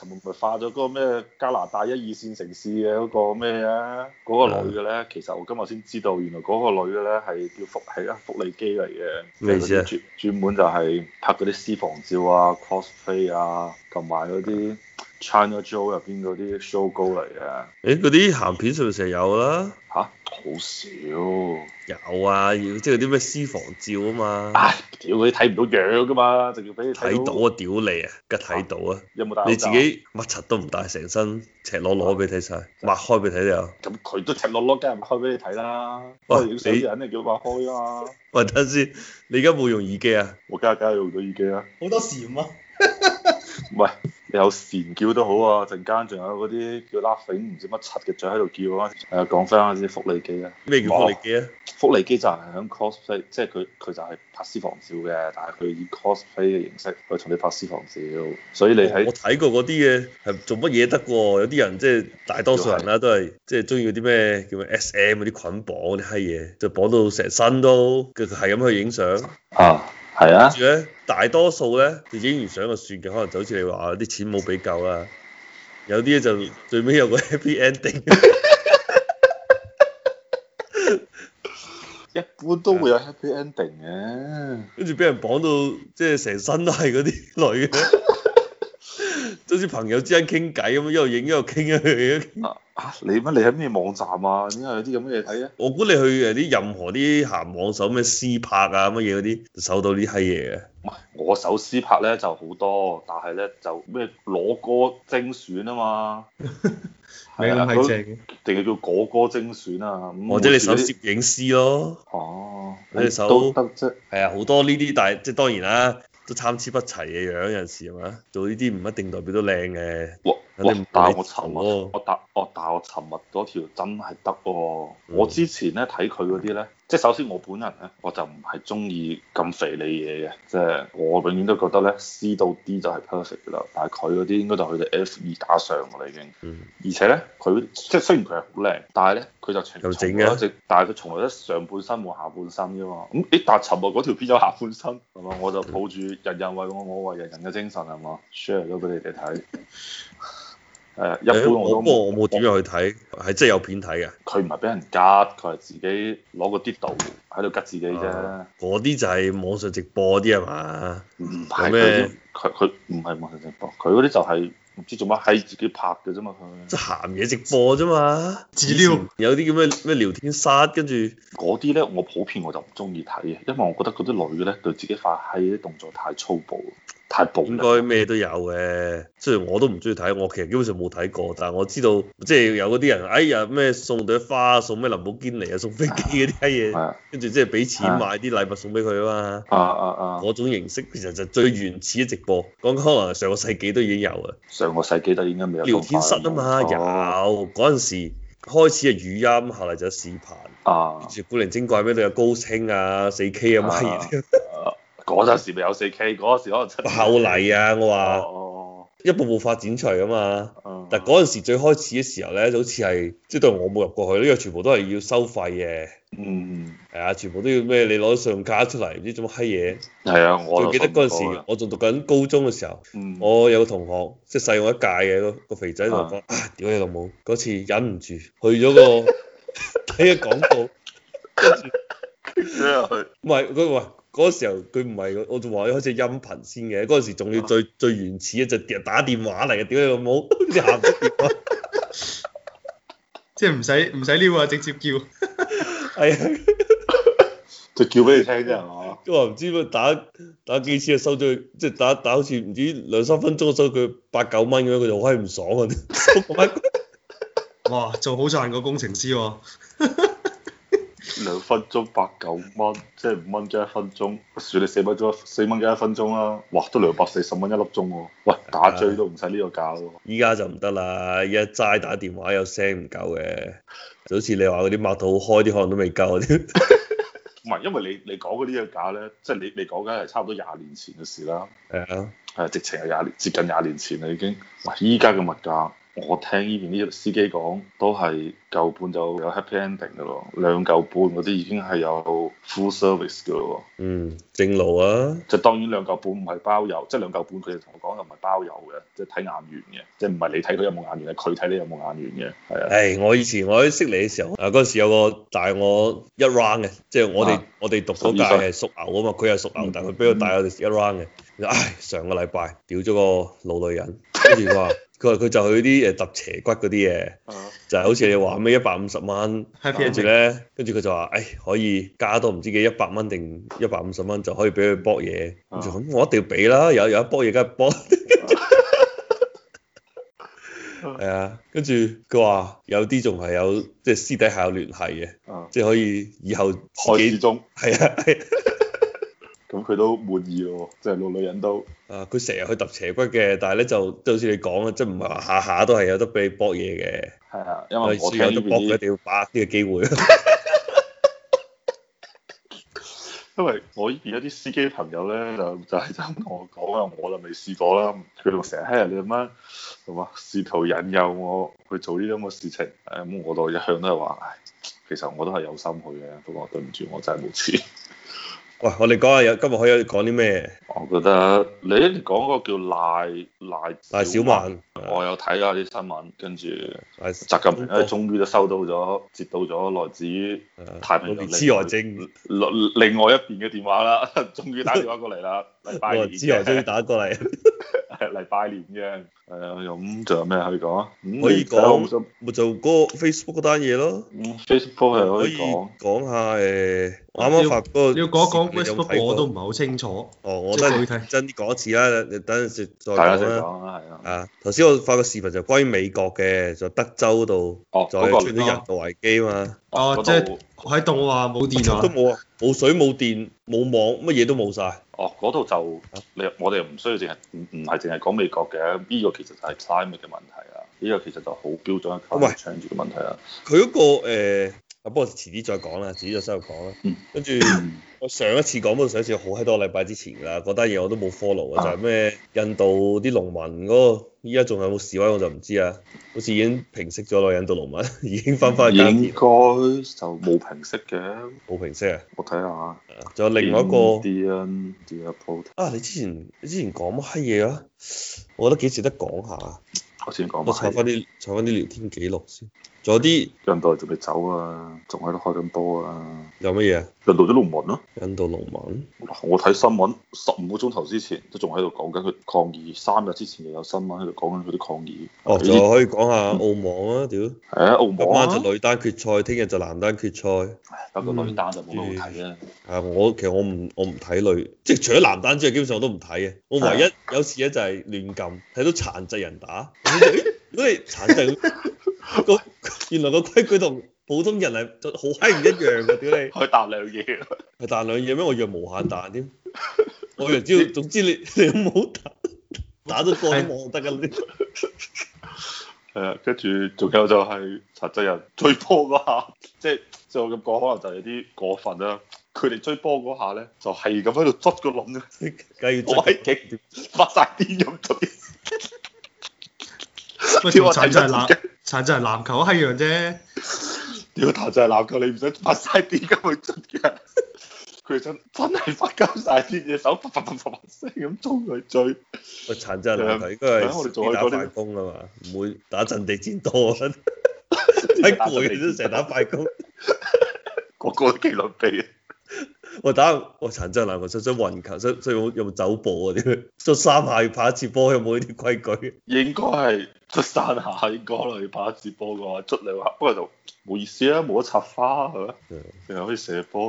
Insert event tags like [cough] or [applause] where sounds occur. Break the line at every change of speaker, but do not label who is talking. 琴日咪化咗嗰個咩加拿大一二線城市嘅嗰個咩啊？嗰、個女嘅
嗯
咧，其實我今日先知道，原來嗰個女嘅咧係叫福係啊福利機嚟嘅，
咩意思
即係
啊
嗰啲專專門就係拍嗰啲私房照啊、cosplay 啊，同埋嗰啲 China Joe 入邊嗰啲 show 高嚟嘅
誒嗰啲鹹片上面成日有啦，
吓，好少。
有啊，要即係嗰啲咩私房照啊嘛，
唉，屌你睇唔到樣噶嘛，就要俾你
睇
到
到啊屌你啊，梗係睇到啊！
有冇戴口罩
你自己乜柒都唔帶，成身赤裸裸俾你睇晒，抹開俾你睇都有。
咁佢都赤裸裸，梗係開俾你睇啦。
喂
我影相
你
啲人咧叫話開啊嘛，
喂，等陣先，你而家冇用耳機啊？
我梗係梗係用咗耳機啦。
好多蟬啊！
唔係，你有蟬叫都好啊，陣間仲有嗰啲叫拉揈唔知乜柒嘅雀喺度叫啊。誒，講翻嗰啲福利機啊，
咩叫福利機啊？
福利機就係響 cosplay，即係佢佢就係拍私房照嘅，但係佢以 cosplay 嘅形式去同你拍私房照，所以你
我
喺
睇過嗰啲嘢係做乜嘢得喎？有啲人即係大多數人啦，都係即係中意嗰啲咩叫咩 S.M. 嗰啲捆綁嗰啲閪嘢，就綁到成身都，佢佢係咁去影相。跟
啊係啊，
住咧，大多數咧就影完相就算嘅，可能就好似你話啲錢冇俾夠啦。有啲咧就最尾有個 [laughs] happy ending，
一般都會有 happy ending 嘅。
跟住俾人綁到即係成身都係嗰啲女嘅，就好似朋友之間傾偈咁，一路影一路傾一路影一路傾
啊啊！你乜？你喺咩網站啊？點解有啲咁嘅嘢睇啊？
我估你去誒啲任何啲鹹網搜咩私拍啊乜嘢嗰啲，就搜到呢閪嘢嘅。
唔係，我手撕拍咧就好多，但係咧就咩攞歌精選啊 [laughs] 嘛，
你咁
係啊
閪正嘅，
定係叫果歌精選啊？咁
哦或者你搜
我自己
攝影師咯，
哦，
你手
都得啫。
係啊，好多呢啲，但係即係當然啦，都參差不齊嘅樣，有陣時係嘛？做呢啲唔一定代表都靚嘅。
哇
有
哇
啲唔！
但
係
係我尋
喎
日，我答我但係我尋日嗰條真係得喎。
嗯
我之前咧睇佢嗰啲咧，即係首先我本人咧，我就唔係中意咁肥膩嘢嘅，即係我永遠都覺得咧 C 到 D 就係 perfect 㗎啦。但係佢嗰啲應該就佢哋 F 二打上㗎啦已經。
嗯，
而且咧，佢即係雖然佢係好靚，但係咧佢就從
又整啊
從
嘅
來一直，但係佢從來都上半身冇下半身㗎嘛。咁誒，但係尋日嗰條片有下半身，係嘛？我就抱住人人為我，我為人人嘅精神係嘛，share 咗俾你哋睇。誒，一
誒
般
我
我
不過
都
我冇點樣去睇，係真係有片睇嘅。
佢唔係俾人夾，佢係自己攞個啲度喺度吉自己啫
啊，嗰啲就係網上直播啲係嘛？
唔
有
係
咩
佢啲佢佢唔係網上直播，佢嗰啲就係唔知做乜閪自己拍嘅啫嘛佢。
即係鹹嘢直播啫嘛。
自撩
有啲叫咩咩聊天室，跟住
嗰啲咧，我普遍我就唔中意睇嘅，因為我覺得嗰啲女嘅咧對自己發閪啲動作太粗暴，太暴
應
力。
該咩都有嘅，雖然我都唔中意睇，我其實基本上冇睇過，但係我知道即係有嗰啲人，哎呀咩送朵花，送咩林寶堅尼啊，送飛機嗰啲閪
係
嘢，
啊
跟住即係俾錢買啲禮物送俾佢啊嘛，
啊啊啊！
嗰種形式其實就最原始嘅直播，講緊可能上個世紀都已經有啊，
上個世紀就已經未有咁
聊天室啊嘛，有
快啦
嗰陣時開始係語音，後嚟就有視頻，
啊
跟！住古靈精怪咩都有高清啊、四 K 啊乜嘢，
嗰陣時未有四 K，嗰陣時可能七。
後嚟啊我話
哦
一步步發展出嚟啊嘛。
哦哦，
但嗰陣時最開始嘅時候咧，就好似係即係當然我冇入過去，呢個全部都係要收費嘅，
嗯
係啊，全部都要咩？你攞信用卡出嚟，唔知做乜閪嘢。
係啊，我
最記得
就
嗰
信唔
陣時
過，
我仲讀緊高中嘅時候，
嗯
我有個同學即係細我一屆嘅個個肥仔同我講：啊，屌你老母！嗰次忍唔住去咗
[laughs]
個睇個廣告，唔係佢話。嗰時候佢唔係，我仲話開始音頻先嘅，嗰陣時仲要最最原始嘅就打電話嚟嘅， [laughs] 屌你老母，好似鹹濕電話。
即係唔使唔使撩啊，直接叫。
係啊。
就叫俾你聽啫係嘛？
佢話唔知乜打打幾次啊，收咗佢，即係打打好似唔知兩三分鐘收佢八九蚊咁樣，佢就好閪唔爽啊！ [laughs] 收個蚊
哇，做好咗人個工程師喎、
兩分鐘百九蚊，即係五蚊雞一分鐘，算你四蚊鐘四蚊雞一分鐘啦。哇，都兩百四十蚊一粒鐘喎。喂，
啊
打追都唔使呢個價喎。
依家就唔得啦，依家齋打電話有聲唔夠嘅，就好似你話嗰啲擘到好開啲，可能都未夠嗰啊啲。
唔係，因為你你講嗰啲嘢價咧，即係你你講緊係差唔多廿年前嘅事啦，
係啊，
係直情係廿年接近廿年前啦已經。哇！依家嘅物價，我聽呢邊啲司機講，都係嚿半就有 happy ending 嘅咯，兩嚿半嗰啲已經係有 full service 嘅咯喎。
嗯，正路啊，
即係當然兩嚿半唔係包郵，即係兩嚿半佢哋同我講就唔係包郵嘅，即係睇眼緣嘅，即係唔係你睇佢有冇眼緣，係佢睇你有冇眼緣嘅，係啊。
唉，我以前我喺悉尼嘅時候，啊嗰陣時有個大我一 round 嘅，即係我哋、
啊
我哋讀嗰屆係屬牛啊嘛，佢係屬牛，但係佢比我大我哋一 round 嘅。佢話唉，上個禮拜屌咗個老女人，跟住佢話佢話佢就去啲誒揼斜骨嗰啲嘢，
啊
就係好似你話咩一百五十蚊，
Happy
跟住
ending
咧，跟住佢就話誒可以加多唔知幾一百蚊定一百五十蚊就可以俾佢搏嘢，跟住
啊
咁我一定要俾啦，有有一搏嘢梗係搏。係啊，跟住佢話有啲仲係有即係私底下有聯繫嘅，
啊，
即係可以以後自
開始
己
中，
係啊係
咁佢都滿意咯喎，即係老女人都
啊，佢成日去揼斜骨嘅，但係咧就即係好似你講啊，即係唔係話下下都係有得俾你搏嘢嘅，
係啊，因
有
為我
時
聽
有
呢
得搏嘅
邊
一
啲，
定要把握呢個機會。 [laughs]
因為我呢邊有啲司機朋友咧，就就係就咁同我講啊，我就未試過啦，佢就成日喺你咁樣，係嘛，試圖引誘我去做呢啲咁嘅事情，誒咁我就一向都係話，唉，其實我都係有心去嘅，不過對唔住，我真係冇錢。
喂，我哋講下有今日可以講啲咩？
我覺得哦你一直講嗰個叫賴賴啊
但係小曼，
我有睇下啲新聞，跟住習
啊
近平咧，終於都收到咗接到咗來自於
啊
太平洋
痴呆症，
另另外一邊嘅電話啦， [laughs] 終於打電話過嚟啦，嚟拜
我
年
痴
[laughs]
呆終於
嘅，
打過嚟， [laughs]
嚟拜年嘅，係啊，咁仲有咩可以講啊？嗯
可以
其實我唔想
講咪就嗰個 Facebook 嗰單嘢咯。
嗯 Facebook 係
可
可
以
以講，
講下誒，我啱啱發嗰個
你要講一講
視頻你有冇睇
Facebook，
過
我都唔係好清楚。
哦，我
即
覺
係
得
具
你
體
真啲講一次啦，你等陣時再
大家
講
先
啦。
講啦，係啊，
啊，頭先我發個視頻就關於美國嘅，就德州度
哦
就
嗰個
出現咗人道危機嘛，
哦
嗰，
即係
度
喺度話冇電
都
啊，
冇啊，冇水冇電冇網，乜嘢都冇晒。
哦，嗰度就你我哋唔需要淨係唔唔係淨係講美國嘅，呢、個其實就係 climate 嘅問題啦，呢、個其實就好標準嘅
喂
climate change 嘅問題啊啦。
佢嗰個呃啊，不過遲啲再講啦，遲啲再深入講啦
嗯。
跟住我上一次講到上一次好閪多個禮拜之前㗎啦，嗰單嘢我都冇 follow 啊，
啊
就係咩印度啲農民嗰個，依家仲有冇示威我就唔知啊，好似已經平息咗咯，印度農民 [laughs] 已經翻返去耕
應
田
該，就冇平息嘅，
冇平息啊。
我睇下。
仲有另外一個。
Indian Deer
啊！你之前你之前講乜閪嘢啊？我覺得幾值得講下。
我先講
我查
埋，
翻啲查翻啲聊天記錄先。仲有啲
印度仲未走啊，仲喺度開緊波啊，
有乜嘢啊？
印度啲農民咯，
印度農民
我睇新聞十五個鐘頭之前都仲喺度講緊佢抗議，三日之前又有新聞喺度講緊佢啲抗議。
哦，
呢
仲
啲
有可以講下澳網啊！屌，今
係啊，澳門
晚
啊
就女嗯單決賽，聽日就男單決賽。
不過女單就冇乜好睇啦。
啊！我其實我唔我唔睇女，即係除咗男單之外，基本上我都唔睇嘅。我
啊
唯一有時咧就係亂撳，睇到殘疾人打，我就咦如果你殘疾 [laughs] 個原來個規矩同普通人係好閪唔一樣嘅，屌你！
可以答兩嘢。
係彈兩嘢咩？我以為無限彈添。我以為只要總之你 [laughs] 你唔好打，打到過都冇
[laughs]
得㗎呢。
係啊，跟住仲有就係殘疾人追波嗰下， [laughs] 即係就咁講，可能就有啲過分啦。佢哋追波嗰下咧，就係咁喺度捽個籠嘅，
梗係要
我
追
喺極發晒癲咁追。
喂
跳
同
我
殘
睇
疾人
真嘅
籃，殘疾人籃球一樣啫。
屌彈就係籃球，你唔使發晒癲咁去捽嘅。佢哋真真係發鳩晒癲，隻手啪啪啪啪啪聲咁衝佢追。
喂殘疾人籃球應該係
係啊我哋
少
仲可
啲
以
打
講啲
快攻啊嘛，唔會打陣地戰多啊。 [laughs] 太哎攰你都成日打快攻。 [laughs]
個個都幾啊律備。
我打我殘疾人籃球想想運球，想想有冇走步啊？點樣捽三下要拍一次波，有冇呢啲規矩？
應該係出山下，應該啦，要啊拍一次波嘅話，出兩下，不過就冇意思啦，冇得插花係咪？
嗯
又可以射波。